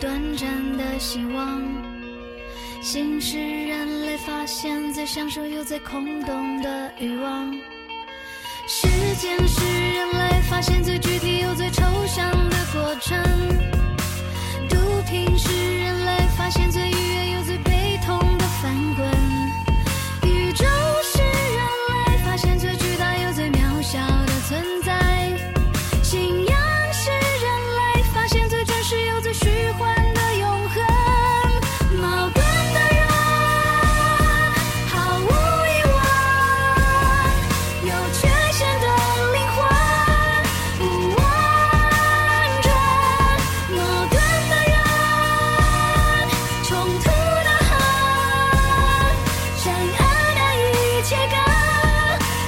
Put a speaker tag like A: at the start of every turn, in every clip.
A: 短暂的希望。心是人类发现最享受又最空洞的欲望。时间是人类发现最具体又最抽象的过程。毒品是人类发现最愉悦又最悲痛的翻滚。宇宙是人类发现最巨大又最渺小的存在。信仰是人类发现最真实又最虚幻的永恒。矛盾的人毫无疑问，有缺陷的灵魂嗯不完整。矛盾的人，冲突的很，善恶难以切割，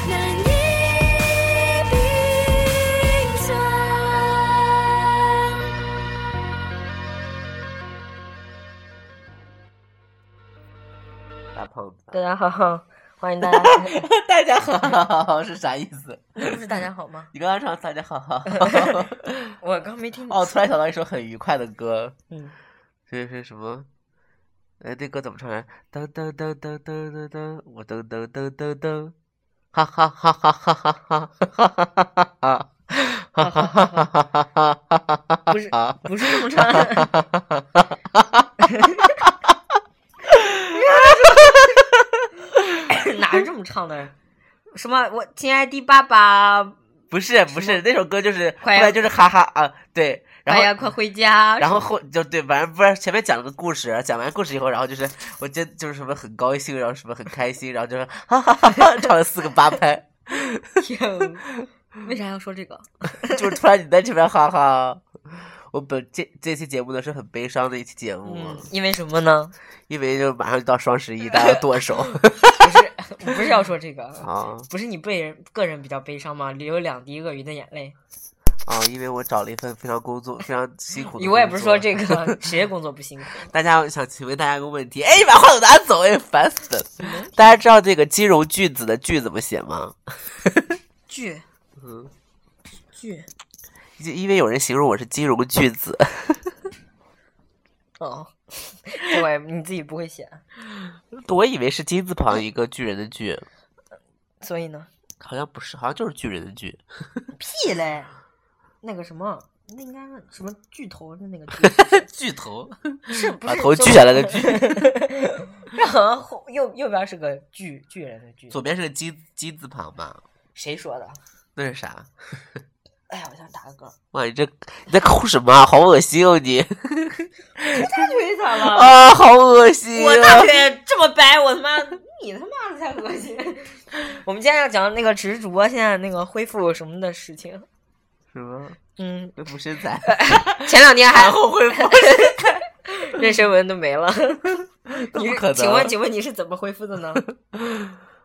A: 难以并存。
B: 大胖子，
C: 大家好，欢迎大家，
B: 大家好是啥意思？
C: 不是大家好吗？
B: 你刚刚唱大家好，
C: 我刚没听
B: 哦，突然想到一首很愉快的歌，
C: 嗯，
B: 这是什么？哎，那歌怎么唱来？噔噔噔噔噔噔噔，我噔噔噔噔噔，哈哈哈哈哈哈哈哈哈哈哈哈。哈哈哈哈哈哈哈哈哈哈！
C: 不是 不是这么唱的， 哪是这么唱的？什么？我亲爱的爸爸，
B: 不是不是，那首歌就是后
C: 快呀
B: 来就是哈哈啊，对，然
C: 哎
B: 后
C: 呀，快回家！
B: 然后后就对，反正不是前面讲了个故事，讲完故事以后，然后就是我真就是什么很高兴，然后什么很开心，然后就是哈哈哈哈唱了四个八拍，
C: 天，为啥要说这个？
B: 就是突然你在这边哈哈。我本这这期节目呢是很悲伤的一期节目，
C: 嗯，因为什么呢？
B: 因为就马上就到双十一，大家要剁 手
C: 不是，我不是要说这个，
B: 啊
C: 不是你被人个人比较悲伤吗？流两滴鳄鱼的眼泪。
B: 啊！因为我找了一份非常工作非常辛苦的工作，
C: 我也不是说这 个谁工作不辛苦，
B: 大家我想请问大家一个问题，哎，你把话筒拿走，哎，烦死了！大家知道这个金融句子的句怎么写吗？
C: 剧，
B: 嗯，
C: 剧，
B: 就因为有人形容我是金融巨子，
C: 哦，对，你自己不会写，啊
B: 我以为是金字旁一个巨人的巨，
C: 所以呢？
B: 好像不是，好像就是巨人的巨。
C: 屁嘞，那个什么，那应该是什么巨头的那个 巨
B: 巨头，
C: 是不
B: 把
C: 是
B: 头
C: 就
B: 锯下来 的锯，
C: 那好像后右右边是个巨巨人的巨，
B: 左边是个金金字旁吧？
C: 谁说的？
B: 那是啥？
C: 哎呀，我想打个嗝，
B: 哇，你这你在哭什么啊？好恶心哦你！
C: 太摧残了！
B: 啊，好恶心、
C: 我大
B: 啊！
C: 腿这么白，我他妈，你他妈的才恶心！ 我们今天要讲那个执着，现在那个恢复什么的事情，
B: 什么？
C: 嗯，
B: 恢复身 材，
C: 前两天还
B: 产后 恢复？
C: 妊娠纹都没 了。
B: 怎
C: 你
B: 么
C: 是
B: 可能？
C: 请问，请问你是怎么恢复的 呢？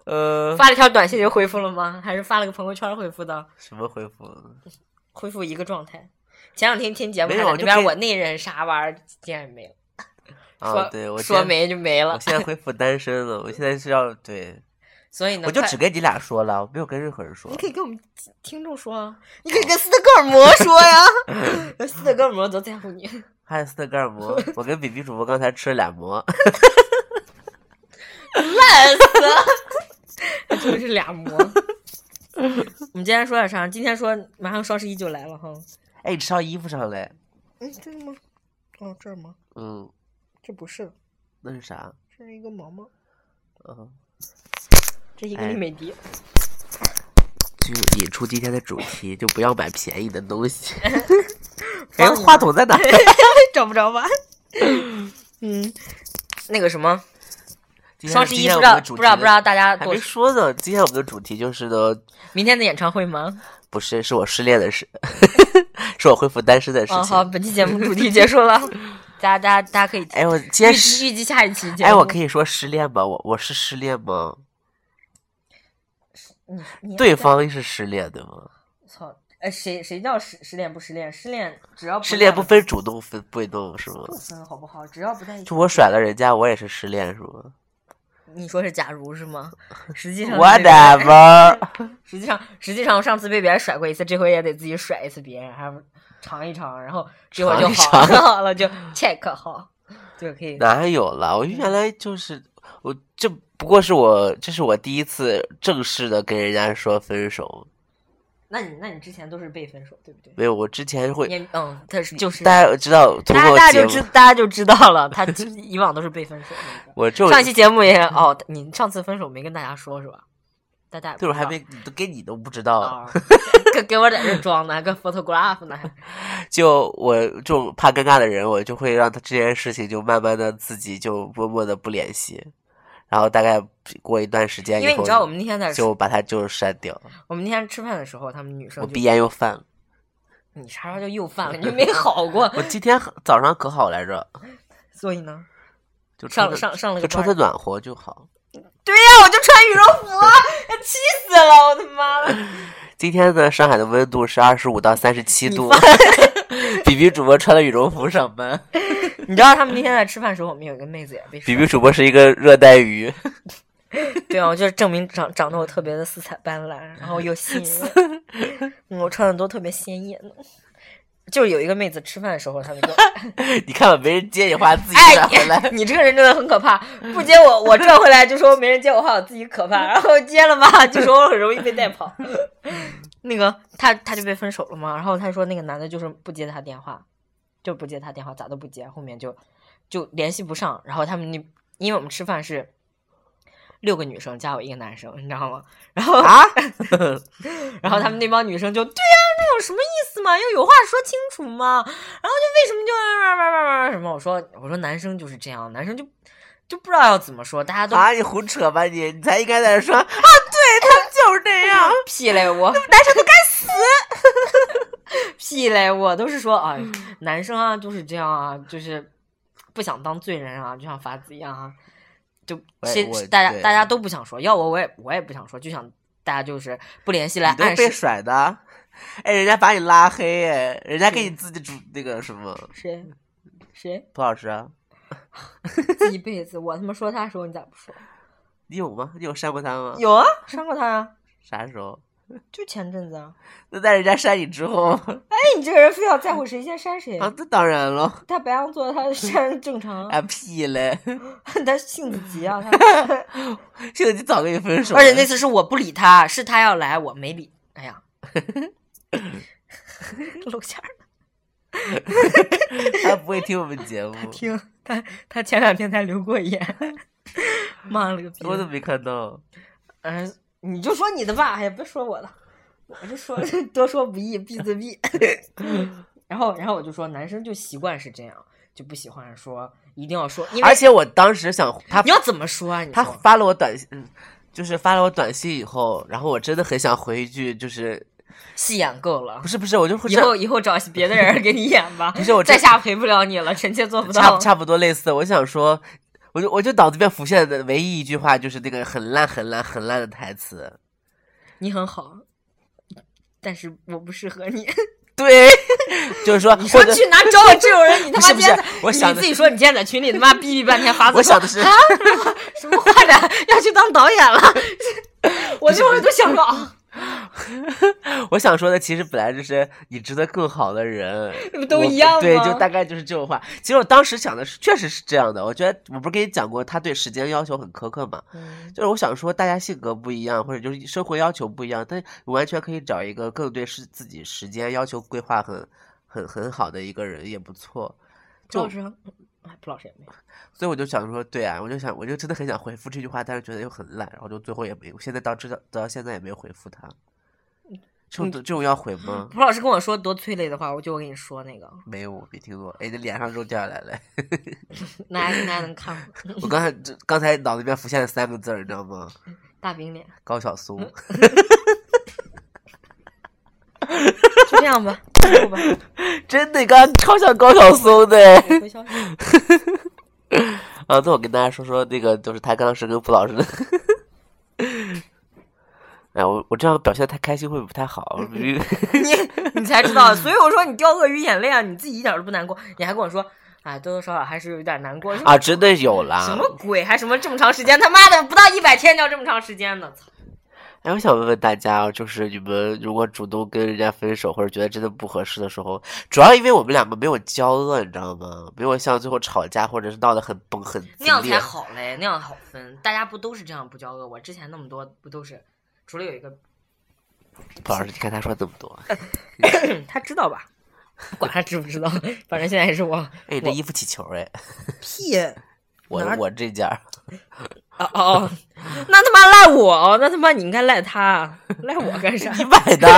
B: 呃，
C: 发了条短信就恢复了吗？还是发了个朋友圈恢复的？
B: 什么恢复？
C: 恢复一个状态。前两天听节目
B: 没
C: 还在
B: 有
C: 那
B: 就
C: 边
B: 可以
C: 我内人啥玩意儿，竟然没了。
B: 啊，
C: 说
B: 对我
C: 说
B: 现在，
C: 没就没
B: 我
C: 了。
B: 现在恢复单身了。我现在是要 对，
C: 所以呢，
B: 我就
C: 快
B: 只跟你俩说了，我没有跟任何人说
C: 你。可以跟我们听众说啊，你可以跟斯德哥尔 摩说呀，斯德哥尔摩多在乎你。
B: 还有斯德哥尔 摩，我跟比比主播刚才吃了俩馍。
C: 烂死了，真是俩魔。我们今天说点啥？今天说马上双十一就来了哈。
B: 哎，你上衣服上嘞？
C: 嗯，真的吗？哦，这儿吗？
B: 嗯，
C: 这不是，
B: 那是啥？
C: 这是一个毛毛，
B: 嗯，
C: 这是一
B: 个哎丽
C: 美的。
B: 就引出今天的主题，就不要买便宜的东 西。哎，话筒在哪？
C: 找不着吧？ 嗯，那个什么，
B: 今天
C: 双十一
B: 今天我
C: 不知道
B: 们的主题
C: 不知道不知道大家
B: 还
C: 多
B: 没说呢。今天我们的主题就是呢，
C: 明天的演唱会吗？
B: 不是，是我失恋的事， 是我恢复单身的事
C: 哦，好，
B: 情。
C: 本期节目主题结 束了，大家大家大家可以预
B: 哎，我今天
C: 计
B: 失，
C: 预计下一期节目。
B: 哎，我可
C: 以，
B: 以说失恋吗？我我是失恋吗？
C: 你你
B: 对方是失恋对吗？
C: 操，哎，谁谁叫失失恋不失恋？失恋只要
B: 失恋不
C: 在
B: 分主动分被动是吗
C: 不？分好不好？只要不在一起
B: 就，我甩了人家，我也是失恋是吗
C: 你说是假如是吗？实际上是别人
B: ？Whatever。
C: 实际上实际上我上次被别人甩过一次，这回也得自己甩一次别人，还不尝一尝，然后这会儿
B: 尝
C: 就
B: 一
C: 好
B: 尝
C: 了，了就 check 好，就可以。
B: 哪有啦？我原来就是我，这不过是我，这是我第一次正式的跟人家说分手。
C: 那你那你之前都是被分手，对不对？
B: 没有，我之前会，
C: 也嗯，他是就是
B: 大家知道通
C: 大家
B: 过
C: 大家
B: 节
C: 就
B: 目
C: 知，大家就知道了，他之以往都是被分手那个。
B: 我这种
C: 上一期节目也哦，你上次分手没跟大家说是吧？大家也
B: 就是
C: 不
B: 还
C: 知
B: 没都给你都不知道，
C: 道啊，给给我在这装呢，还跟 photograph 呢，还
B: 就我这种怕尴尬的人，我就会让他这件事情就慢慢的自己就默默的不联系，然后大概过一段时间以
C: 因
B: 后，
C: 为你知道我们那天在
B: 就把他就删掉，
C: 我们那天吃饭的时候，他们女生
B: 我
C: 就
B: 鼻炎又犯了，，
C: 你啥时候就又犯了？你就没好过
B: 我今天早上可好来着，
C: 所以呢，
B: 就穿
C: 上
B: 个
C: 了上上了
B: 就
C: 个
B: 穿
C: 班
B: 的
C: 儿
B: 暖和就好。
C: 对呀、我就穿羽绒服啊，气死了，我的妈 了！
B: 今天呢，上海的温度是二十五到三十七度。 比比主播穿了羽绒服上班。
C: 你知道他们那天在吃饭的时候，我们有一个妹子也被
B: 比
C: 说，
B: 比主播是一个热带鱼，
C: 对啊，我就是证明长长得我特别的四彩斑斓，然后又吸引人，嗯我穿的都特别鲜艳呢。就是有一个妹子吃饭的时候，他们就
B: 你看吧，没人接你话，自己
C: 哎
B: 转回来。
C: 你，你 这个人真的很可怕，不接我，我转回来就说没人接我话，我自己可怕，然后接了吧，就说我很容易被带跑。 那个他他就被分手了嘛，然后他说那个男的就是不接他电话，就不接他电话，咋都不接，后面就就联系不上，然后他们那因为我们吃饭是。六个女生加我一个男生，你知道吗？然后啊， 然后他们那帮女生就对呀、那有什么意思嘛？要有话说清楚嘛。然后就为什么就啊啊啊啊什么？我说我说男生就是这样，男生就就不知道要怎么说，大家都
B: 啊，你胡扯吧你！你才应该在这说啊，对他们就是那 样。
C: 屁嘞我，男生都该死。 屁嘞我都是说啊，男生啊就是这样啊，就是不想当罪人啊，就像法子一样啊，就
B: 我也
C: 其
B: 我
C: 实大家
B: 对
C: 大家都不想说，要我我也我也不想说，就想大家就是不联系来
B: 你都
C: 暗
B: 被
C: 示
B: 甩的，哎，人家把你拉黑，哎，人家
C: 嗯
B: 给你自己主那个什么
C: 谁 谁
B: 蒲老师啊，
C: 自己辈子，我他妈说他的时候你咋不说？
B: 你有吗？你有删过他吗？
C: 有啊，删过他呀、啊，
B: 啥时候？
C: 就前阵子啊。
B: 那在人家删你之后啊，
C: 哎，你这个人非要在乎谁先 删谁？
B: 那当然了，
C: 他白羊座，他删正常啊，
B: 啊屁嘞，
C: 他性子急啊。他
B: 现在你早跟你分手了，
C: 而且那次是我不理他，是他要来，我没理。哎呀， 露馅儿了。
B: 他不会听我们节目，
C: 听他，他前两天才留过 言，妈了个逼！
B: 我怎么没看到？
C: 嗯、你就说你的吧，哎呀，别说我了，我 就说多说不易，必自毙。然后，然后我就说，男生就习惯是这样，就不喜欢说一定要说，因为
B: 而且我当时想他
C: 你要怎么说啊？你
B: 他
C: 说
B: 发了我短信，嗯就是发了我短信以后，然后我真的很想回一句，就是
C: 戏演够了
B: 不。是不是，我就会
C: 以
B: 这样
C: 后以后找别的人给你演吧。
B: 不是我这
C: 在下陪不了你了，臣妾做不
B: 差
C: 到。
B: 不差不多类似。我想说，我就我就脑子里面浮现的唯一一句话就是那个很烂很烂很烂的台词。
C: 你很好，但是我不适合你。
B: 对， 就是说，
C: 你说
B: 或者
C: 去哪找 我这种人？你他妈
B: 不是
C: 今天
B: 不
C: 在
B: 是我想的
C: 你自己说，你今天在群里他妈逼逼半天发
B: 我想的是
C: 啊，什么画展要去当导演了？ 我这会儿都想说啊，
B: 我想说的，其实本来就是你值得更好的人，
C: 都
B: 我
C: 一样
B: 对，
C: 吗
B: 就大概就是这种话。其实我当时想的是，确实是这样的。我觉得我不是跟你讲过，他对时间要求很苛刻嘛。
C: 嗯
B: 就是我想说，大家性格不一样，或者就是生活要求不一样，但完全可以找一个更对是自己时间要求规划很很很好的一个人，也不错。
C: 蒲
B: 就
C: 老师，哎，蒲老师也没有。
B: 所以我就想说，对啊，我就想，我就真的很想回复这句话，但是觉得又很烂，然后就最后也没有，现在到知道到现在也没有回复他。这种这种要回吗？
C: 蒲老师跟我说多催泪的话，我就我跟你说那个，
B: 没有，我没听过。哎，你脸上肉掉下来了。
C: 那还那还能看吗？
B: 我刚才这刚才脑子里面浮现了三个字儿，你知道吗？
C: 大饼脸，
B: 高晓松。
C: 就这样吧，结束吧，
B: 真的，你刚刚超像高晓松的。
C: 我 回消息。
B: 啊，那我跟大家说说那个，就是他当时跟蒲老师的。哎，我我这样表现得太开心会不会不太 好？
C: 你你才知道，所以我说你掉鳄鱼眼泪啊，你自己一点都不难过，你还跟我说啊，多多少少还是有点难过，什么、
B: 啊，真的有
C: 什
B: 啦！
C: 么鬼，还什么这么长时间，他妈的不到一百天就要这么长时间呢，操！
B: 哎，我想问问大家，就是你们如果主动跟人家分手，或者觉得真的不合适的时候，主要因为我们两个没有交恶，你知道吗？没有像最后吵架，或者是闹得很崩很
C: 那样
B: 激
C: 才
B: 烈。
C: 好嘞，那样好分。大家不都是这样不交恶？我之前那么多不都是，除了有一个，
B: 宝儿，你看他说这么多，
C: 嗯他知道吧？管他知不知道， 反正现在也是我
B: 哎，你这衣服起球哎，
C: 屁啊
B: 我
C: 哪儿
B: 我这件儿，
C: 哦哦， 那他妈赖我，哦那他妈你应该赖他， 赖我干啥？
B: 你买的，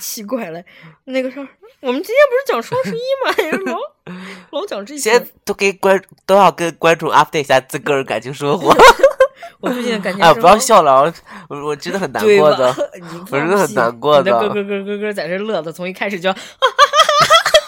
C: 奇怪了，那个事儿，我们今天不是讲双十一吗？ 老老讲这些
B: 先，都给观都要跟观众 update 一下自个儿感情生活
C: 我最近的感情
B: 啊！
C: 生
B: 不要
C: 活
B: 笑了啊，我我真的很难
C: 对
B: 过
C: 吧？
B: 的。
C: 你
B: 我真
C: 放
B: 的很
C: 屁
B: 难过
C: 你的
B: 的
C: 咯咯咯咯咯在这乐的，从一开始就，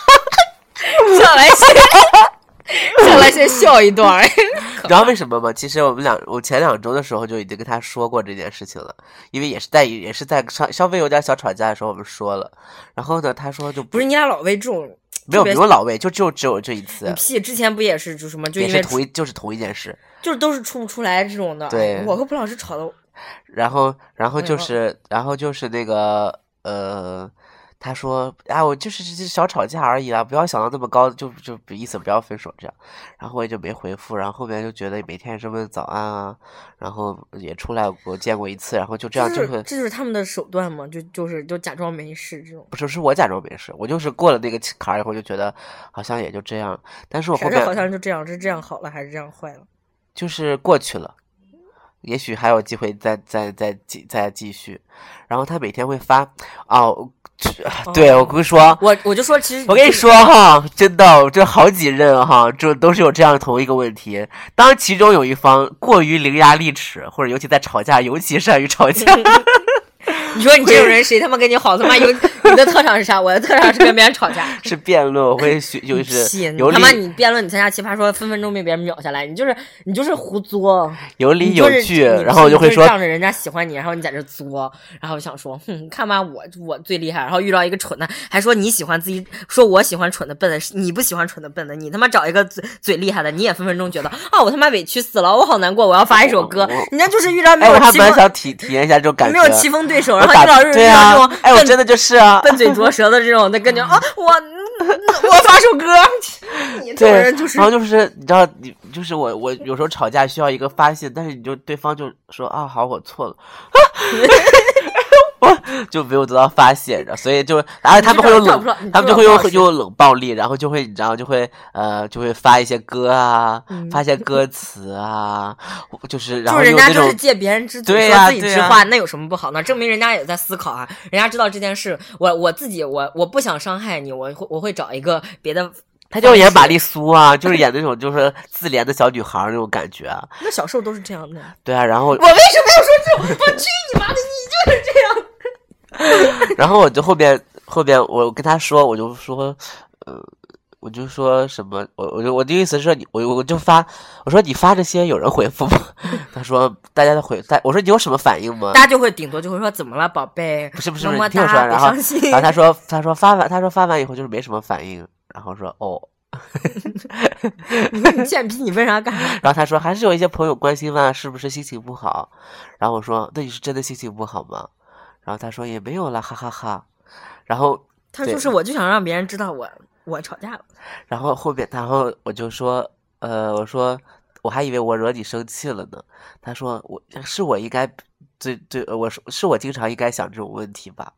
C: 上来先，上来先笑一段儿。
B: 你知道为什么吗？其实我们两，我前两周的时候就已经跟他说过这件事情了，因为也是在也是在稍稍微有点小吵架的时候我们说了，然后呢，他说就
C: 不是你俩老为这种
B: 没有
C: 特别
B: 没有老魏，就就只有这一次
C: 你，屁，之前不也是就什么，就
B: 也
C: 因
B: 是
C: 为
B: 同一就是同一件事，
C: 就是都是出不出来这种的。哎
B: 对
C: 我和蒲老师吵的，
B: 然后然后
C: 对
B: 就
C: 忘了
B: 是然后就是那个呃。他说：“啊，我就是只是小吵架而已啦，不要想到那么高，就就意思不要分手这样。”然后我也就没回复，然后后面就觉得每天也是问早安啊，然后也出来我见过一次，然后就这样
C: 就
B: 就是会
C: 这就是他们的手段嘛，就就是就假装没事这种。
B: 不是，是我假装没事，我就是过了那个坎儿以后就觉得好像也就这样，但是我后
C: 啥事好
B: 面
C: 像就这样，是这样好了还是这样坏了？
B: 就是过去了，也许还有机会再再再继再继续。然后他每天会发啊，我对我跟你说，
C: 我我就说，其实
B: 我跟你说哈，真的，我这好几任哈，这都是有这样同一个问题。当其中有一方过于伶牙俐齿，或者尤其在吵架，尤其善于吵架，
C: 你说你这种人谁他妈跟你好？他妈 有你的特长是啥？我的特长是跟别人吵架。
B: 是辩论，我会学就
C: 屁
B: 是
C: 你
B: 有
C: 他妈
B: 理
C: 你辩论，你参加奇葩说，分分钟被别人秒下来，你就是你就是 胡作，
B: 有理
C: 你
B: 有
C: 就是
B: 据，
C: 你
B: 然后我
C: 你
B: 就会
C: 是
B: 说
C: 仗着人家喜欢你，然后你在这作，然后想说，哼，看吧，我我最厉害，然后遇到一个蠢的，还说你喜欢自己，说我喜欢蠢的笨的，是你不喜欢蠢的笨的，你他妈找一个嘴嘴厉害的，你也分分钟觉得啊，我他妈委屈死了，我好难过，我要发一首歌
B: 我我，
C: 人家就是遇到没
B: 哎，
C: 有
B: 我还
C: 棋
B: 蛮
C: 逢
B: 想体体验一下这种感觉。
C: 没有棋逢对手，
B: 我
C: 然后
B: 打
C: 遇到
B: 对
C: 遇到这
B: 啊
C: 种，
B: 哎，我
C: 笨
B: 真的就是啊，
C: 笨嘴拙舌的这种，那 跟着啊，我我发首歌，你这
B: 对
C: 种人就是
B: 然后就是你知道，你就是我，我有时候吵架需要一个发泄，但是你就对方就说啊，好，我错了， 啊我就没有得到发泄，然后所以就，然后他们会有
C: 你这种
B: 冷
C: 照顾不了，
B: 他们就会有
C: 你这种
B: 有冷暴力，然后就会你知道就会呃就会发一些歌啊，发一些歌词啊，就是然
C: 嗯就
B: 后
C: 是人
B: 用
C: 家
B: 那
C: 就
B: 种
C: 是借别人之嘴
B: 对
C: 说
B: 呀
C: 自己
B: 对
C: 之
B: 呀
C: 话，那有什么不好呢？证明人家也在思考啊，人家知道这件事，我我自己我我不想伤害你，我会我会找一个别的。
B: 他就演玛丽苏啊，就是演那种就是自怜的小女孩儿那种感觉啊，
C: 那小时候都是这样的。我
B: 对啊，然后
C: 为什么要说这种？我去你妈的！你就是这样。
B: 然后我就后面后面我跟他说，我就说，呃，我就说什么，我我就我的意思是你，我我就发，我说你发这些有人回复吗？ 他说大家的回，大我说你有什么反应吗
C: 大？家就会顶多就会说怎么了，宝贝？
B: 不是不是
C: 么
B: 不是，
C: 么
B: 你听我说，
C: 哒，别
B: 然后
C: 伤心。
B: 然后他说他说发完他说发完以后就是没什么反应，然后说哦，
C: 你贱逼，你问啥干 啥？
B: 然后他说还是有一些朋友关心嘛，是不是心情不好？然后我说那你是真的心情不好吗？然后他说也没有啦，哈哈哈。然后
C: 他
B: 对
C: 就是我就想让别人知道我我吵架了。
B: 然后后面，然后我就说，呃，我说我还以为我惹你生气了呢。他说我是我应该最最，呃我说是我经常应该想这种问题吧？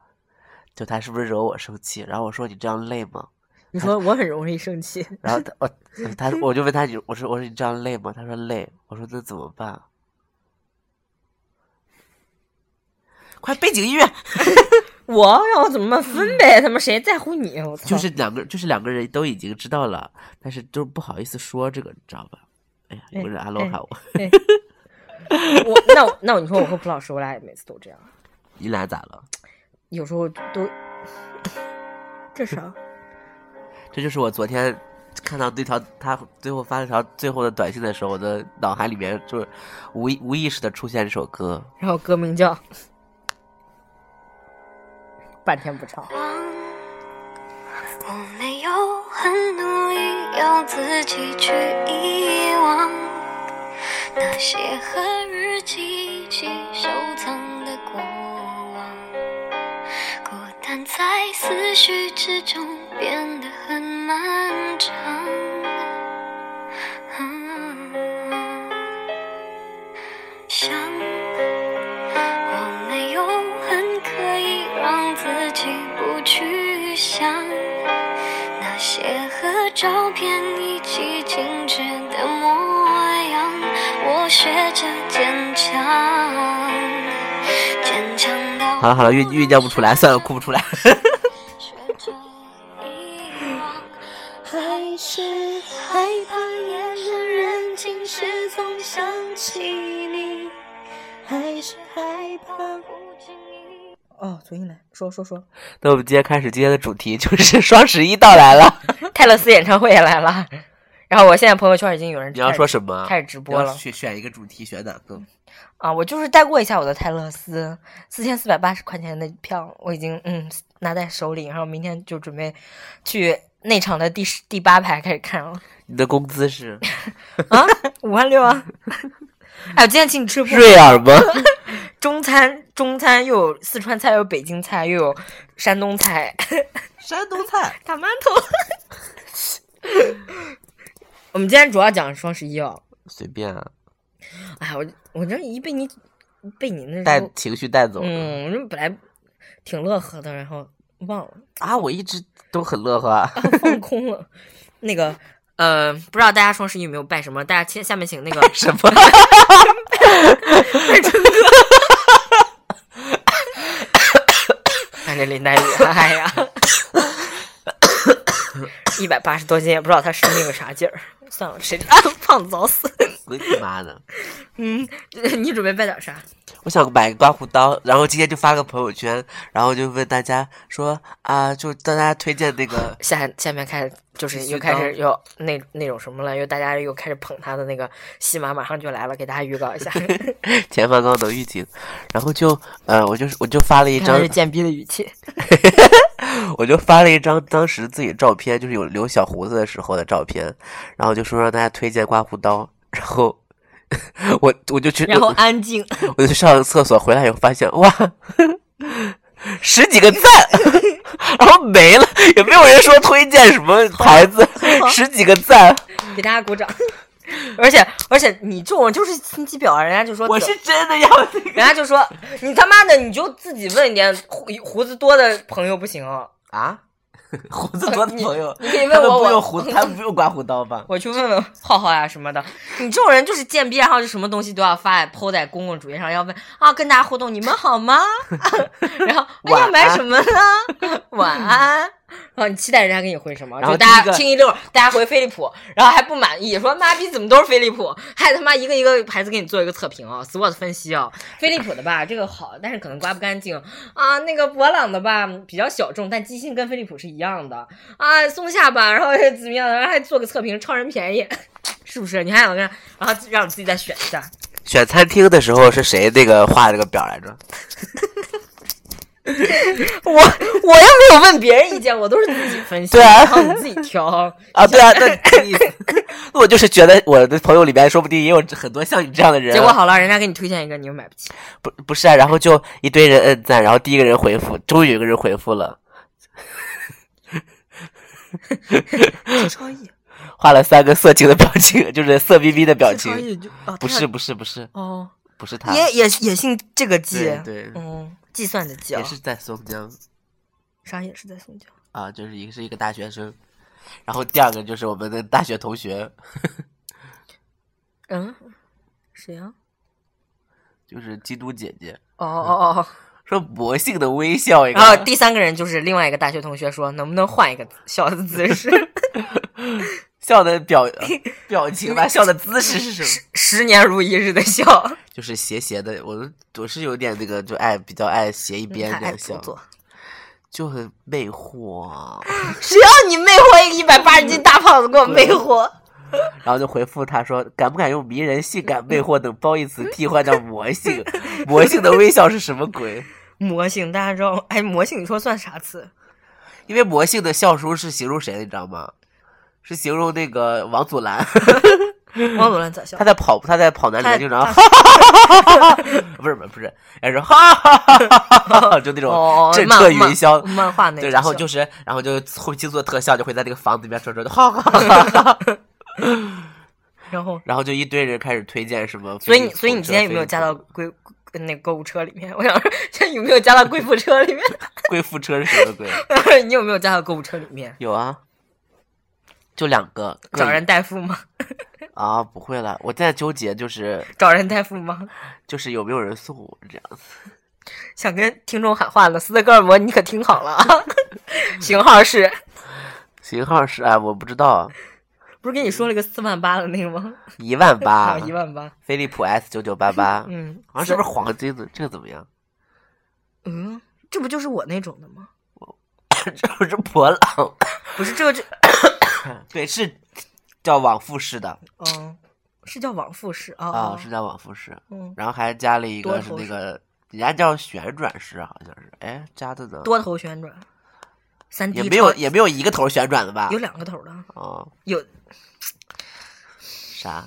B: 就他是不是惹我生气？然后我说你这样累吗？
C: 你 说我很容易生气，
B: 然后他我他我就问他你我说我说你这样累吗？他说累。我说那怎么办？快背景音乐，
C: 我让我怎么办分呗？他妈谁在乎你？啊我操！
B: 就是两个，就是两个人都已经知道了，但是都不好意思说这个，你知道吧？哎呀，有
C: 哎
B: 人阿罗
C: 哎
B: 喊我，
C: 我那我那我你说我和蒲老师，我俩也每次都这样，
B: 你俩咋了？
C: 有时候 都这啥？
B: 这就是我昨天看到那条他最后发了条最后的短信的时候，我的脑海里面就是无意无意识的出现这首歌。
C: 然后歌名叫《半天不唱》，
A: 当我没有很努力要自己去遗忘那些和日记一起收藏思绪之中变得很漫长。嗯想，我没有很可以让自己不去想那些和照片一起静止的模样。我学着坚强，坚强到
B: 好了好了，酝酝酿不出来，算了，哭不出来。
A: 学着遗忘，还是害怕夜深人静时总想起你，还是害怕不经意。
C: 哦，重新来，说说说，
B: 那我们今天开始今天的主题就是 双十一到来了，
C: 泰勒斯演唱会也来了，然后我现在朋友圈已经有人
B: 你要
C: 开始
B: 说什么？
C: 开始直播了
B: 选选一个主题，选哪个？
C: 啊，我就是带过一下我的泰勒斯，四千四百八十块钱的票，我已经嗯拿在手里，然后明天就准备去内场的第十第八排开始看了
B: 你的工资 是
C: 啊，五万六啊！哎，我今天请你 吃不
B: 瑞尔吗？
C: 中餐，中餐又有四川菜，又有北京菜，又有山东菜，
B: 山东菜。
C: 大馒头。 我们今天主要讲双十一哦，
B: 随便啊，
C: 哎，我我这一被你被你那
B: 带
C: 时候
B: 情绪带走了、
C: 嗯，我这本来挺乐呵的，然后忘了。
B: 啊！我一直都很乐呵 啊，
C: 放空了。那个，呃，不知道大家双十一有没有拜什么？大家下下面请那个
B: 什么？
C: 看这林黛玉，哎呀，一百八十多斤，也不知道她生病个啥劲儿。算了，谁知道胖子早死。
B: 我你妈的！
C: 嗯，你准备拜点啥？
B: 我想买个刮胡刀，然后今天就发个朋友圈，然后就问大家说啊，就大家推荐那个
C: 下下面开始就是
B: 剃须
C: 又开始
B: 刀
C: 又那那种什么了，又大家又开始捧他的那个戏码马上就来了，给大家预告一下，
B: 前方高能预警，然后就呃，我就是我就发了一张
C: 看是贱逼的语气。
B: 我就发了一张当时自己照片，就是有留小胡子的时候的照片，然后就说让大家推荐刮胡刀，然后 我我就去，
C: 然 后
B: 我
C: 安静，
B: 我就上了厕所，回来以后发现哇，十几个赞， 然后没了，也没有人说推荐什么牌子，十几个赞，
C: 给大家鼓掌。 而且而且你这种就是心机婊啊，人家就说
B: 我
C: 怎
B: 是真的要那个
C: 人家就说你他妈的你就自己问一点胡胡子多的朋友不行啊，
B: 啊， 胡子多的朋友，
C: 你可以
B: 他
C: 问
B: 们
C: 我
B: 不用
C: 我
B: 胡，他们不用刮胡刀吧？
C: 我去问问浩浩呀、什么的。你这种人就是贱逼，然后就什么东西都要发在抛在公共主义上，要问啊跟大家互动你们好吗？ 然后、哎、
B: 晚
C: 要
B: 安
C: 买什么呢？ 晚安。然后你期待人家给你回什么？
B: 然后
C: 就大
B: 第一
C: 家
B: 个
C: 听一溜儿，大家回飞利浦，然后还不满意，说妈逼怎么都是飞利浦，还他妈一个一个牌子给你做一个测评啊、s w o t 分析啊、飞利浦的吧这个好，但是可能刮不干净啊，那个博朗的吧比较小众，但机芯跟飞利浦是一样的啊，松下吧，然后怎么样，然后还做个测评，超人便宜， 是不是？你还想让然后让你自己再选一下，
B: 选餐厅的时候是谁那个画这个表来着？
C: 我我又没有问别人意见，我都是自己分析，
B: 对啊
C: 然后你自己 挑。
B: 啊，对啊，那那意思， 那我就是觉得我的朋友里面说不定也有很多像你这样的人啊。
C: 结果好了，人家给你推荐一个，你又买不起。
B: 不不是啊，然后就一堆人摁赞，然后第一个人回复，终于有一个人回复了，
C: 是超意，
B: 画了三个色情的表情，就是色逼逼的表
C: 是超
B: 情。
C: 意就啊，
B: 不
C: 对啊
B: 是不是不是
C: 哦，
B: 不是他，
C: 也也也姓这个计，
B: 啊对对，
C: 嗯，计算的计啊
B: 也，是在松江
C: 啥也是在松江。
B: 啊，就是一个是一个大学生，然后第二个就是我们的大学同学，
C: 嗯，谁呀、
B: 就是基督姐姐，
C: 哦哦哦哦，
B: 说魔性的微笑嗯一个，啊
C: 然后第三个人就是另外一个大学同学说，能不能换一个笑的姿 势？
B: 笑的表呃 表情吧，笑的姿势是什么？
C: 十年如一日的笑，
B: 就是斜斜的，我都我是有点那个，就爱比较爱斜一边
C: 还
B: 这
C: 嗯爱
B: 样
C: 做
B: 想，
C: 作。
B: 就很魅惑。啊
C: 谁让你魅惑一个一百八十斤大胖子给我魅惑？
B: 然后就回复他说：“敢不敢用迷人、性感、魅惑等褒义词替换掉魔性？魔性的微笑是什么鬼？
C: 魔性，大家知道吗？哎，魔性，你说算啥词？
B: 因为魔性的笑书是形容谁的，你知道吗？是形容那个王祖蓝。
C: 王祖蓝咋笑
B: 他？在跑，他在跑男里面经常，
C: 他
B: 哈哈哈哈哈哈， 不是不是，哎说哈哈哈哈哈哈，就那种
C: 哦，
B: 震
C: 漫
B: 慑云
C: 漫
B: 霄。
C: 漫画那种
B: 对，然后
C: 笑
B: 就是，然后就后期做特效，就会在这个房子里面转转，哈哈 哈哈哈哈。
C: 然后，
B: 然后就一堆人开始推荐什么
C: 所
B: 飞行
C: 以你
B: 火车。
C: 所以你今天有没有
B: 飞行
C: 加
B: 火
C: 到贵那个购物车里面？ 我想说，这有没有加到贵妇车里面？
B: 贵妇车是什么鬼？
C: 你有没有加到购物车里面？
B: 有啊，就两个。各
C: 找
B: 一
C: 人代付吗？
B: 啊，不会了，我在纠结，就是
C: 找人代付吗？
B: 就是有没有人送我这样子。
C: 想跟听众喊话呢，斯德哥尔摩，你可听好了啊！ 型号是
B: 型号是哎，我不知道，
C: 不是跟你说了个四万八的那个吗？
B: 一万八
C: 啊，， 一万八，
B: 飞利浦 S 九九八八，
C: 嗯，
B: 好像是不是黄金的？这个怎么样？
C: 嗯，这不就是我那种的吗？
B: 这不是博朗，
C: 不是，这个这，
B: 对，是叫往复式的
C: 嗯，是叫往复式啊
B: 啊，是叫往复式，
C: 嗯，
B: 然后还加了一
C: 多
B: 个是
C: 头
B: 那
C: 式
B: 个，人家叫旋转式，好像是，哎，加的呢，
C: 多头旋转，三 D
B: 也没有
C: 超
B: 也没有一个头旋转的吧
C: 有？两个头的，
B: 哦，
C: 有，
B: 啥？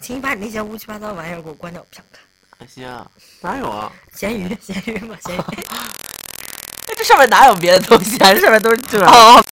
C: 请你把你那些乌七八糟玩意儿给我关掉，不想看。
B: 行，哪有啊？
C: 咸鱼，咸鱼嘛，咸鱼。
B: 哎这上面哪有别的东西啊？这上面都是正常。
C: 哦，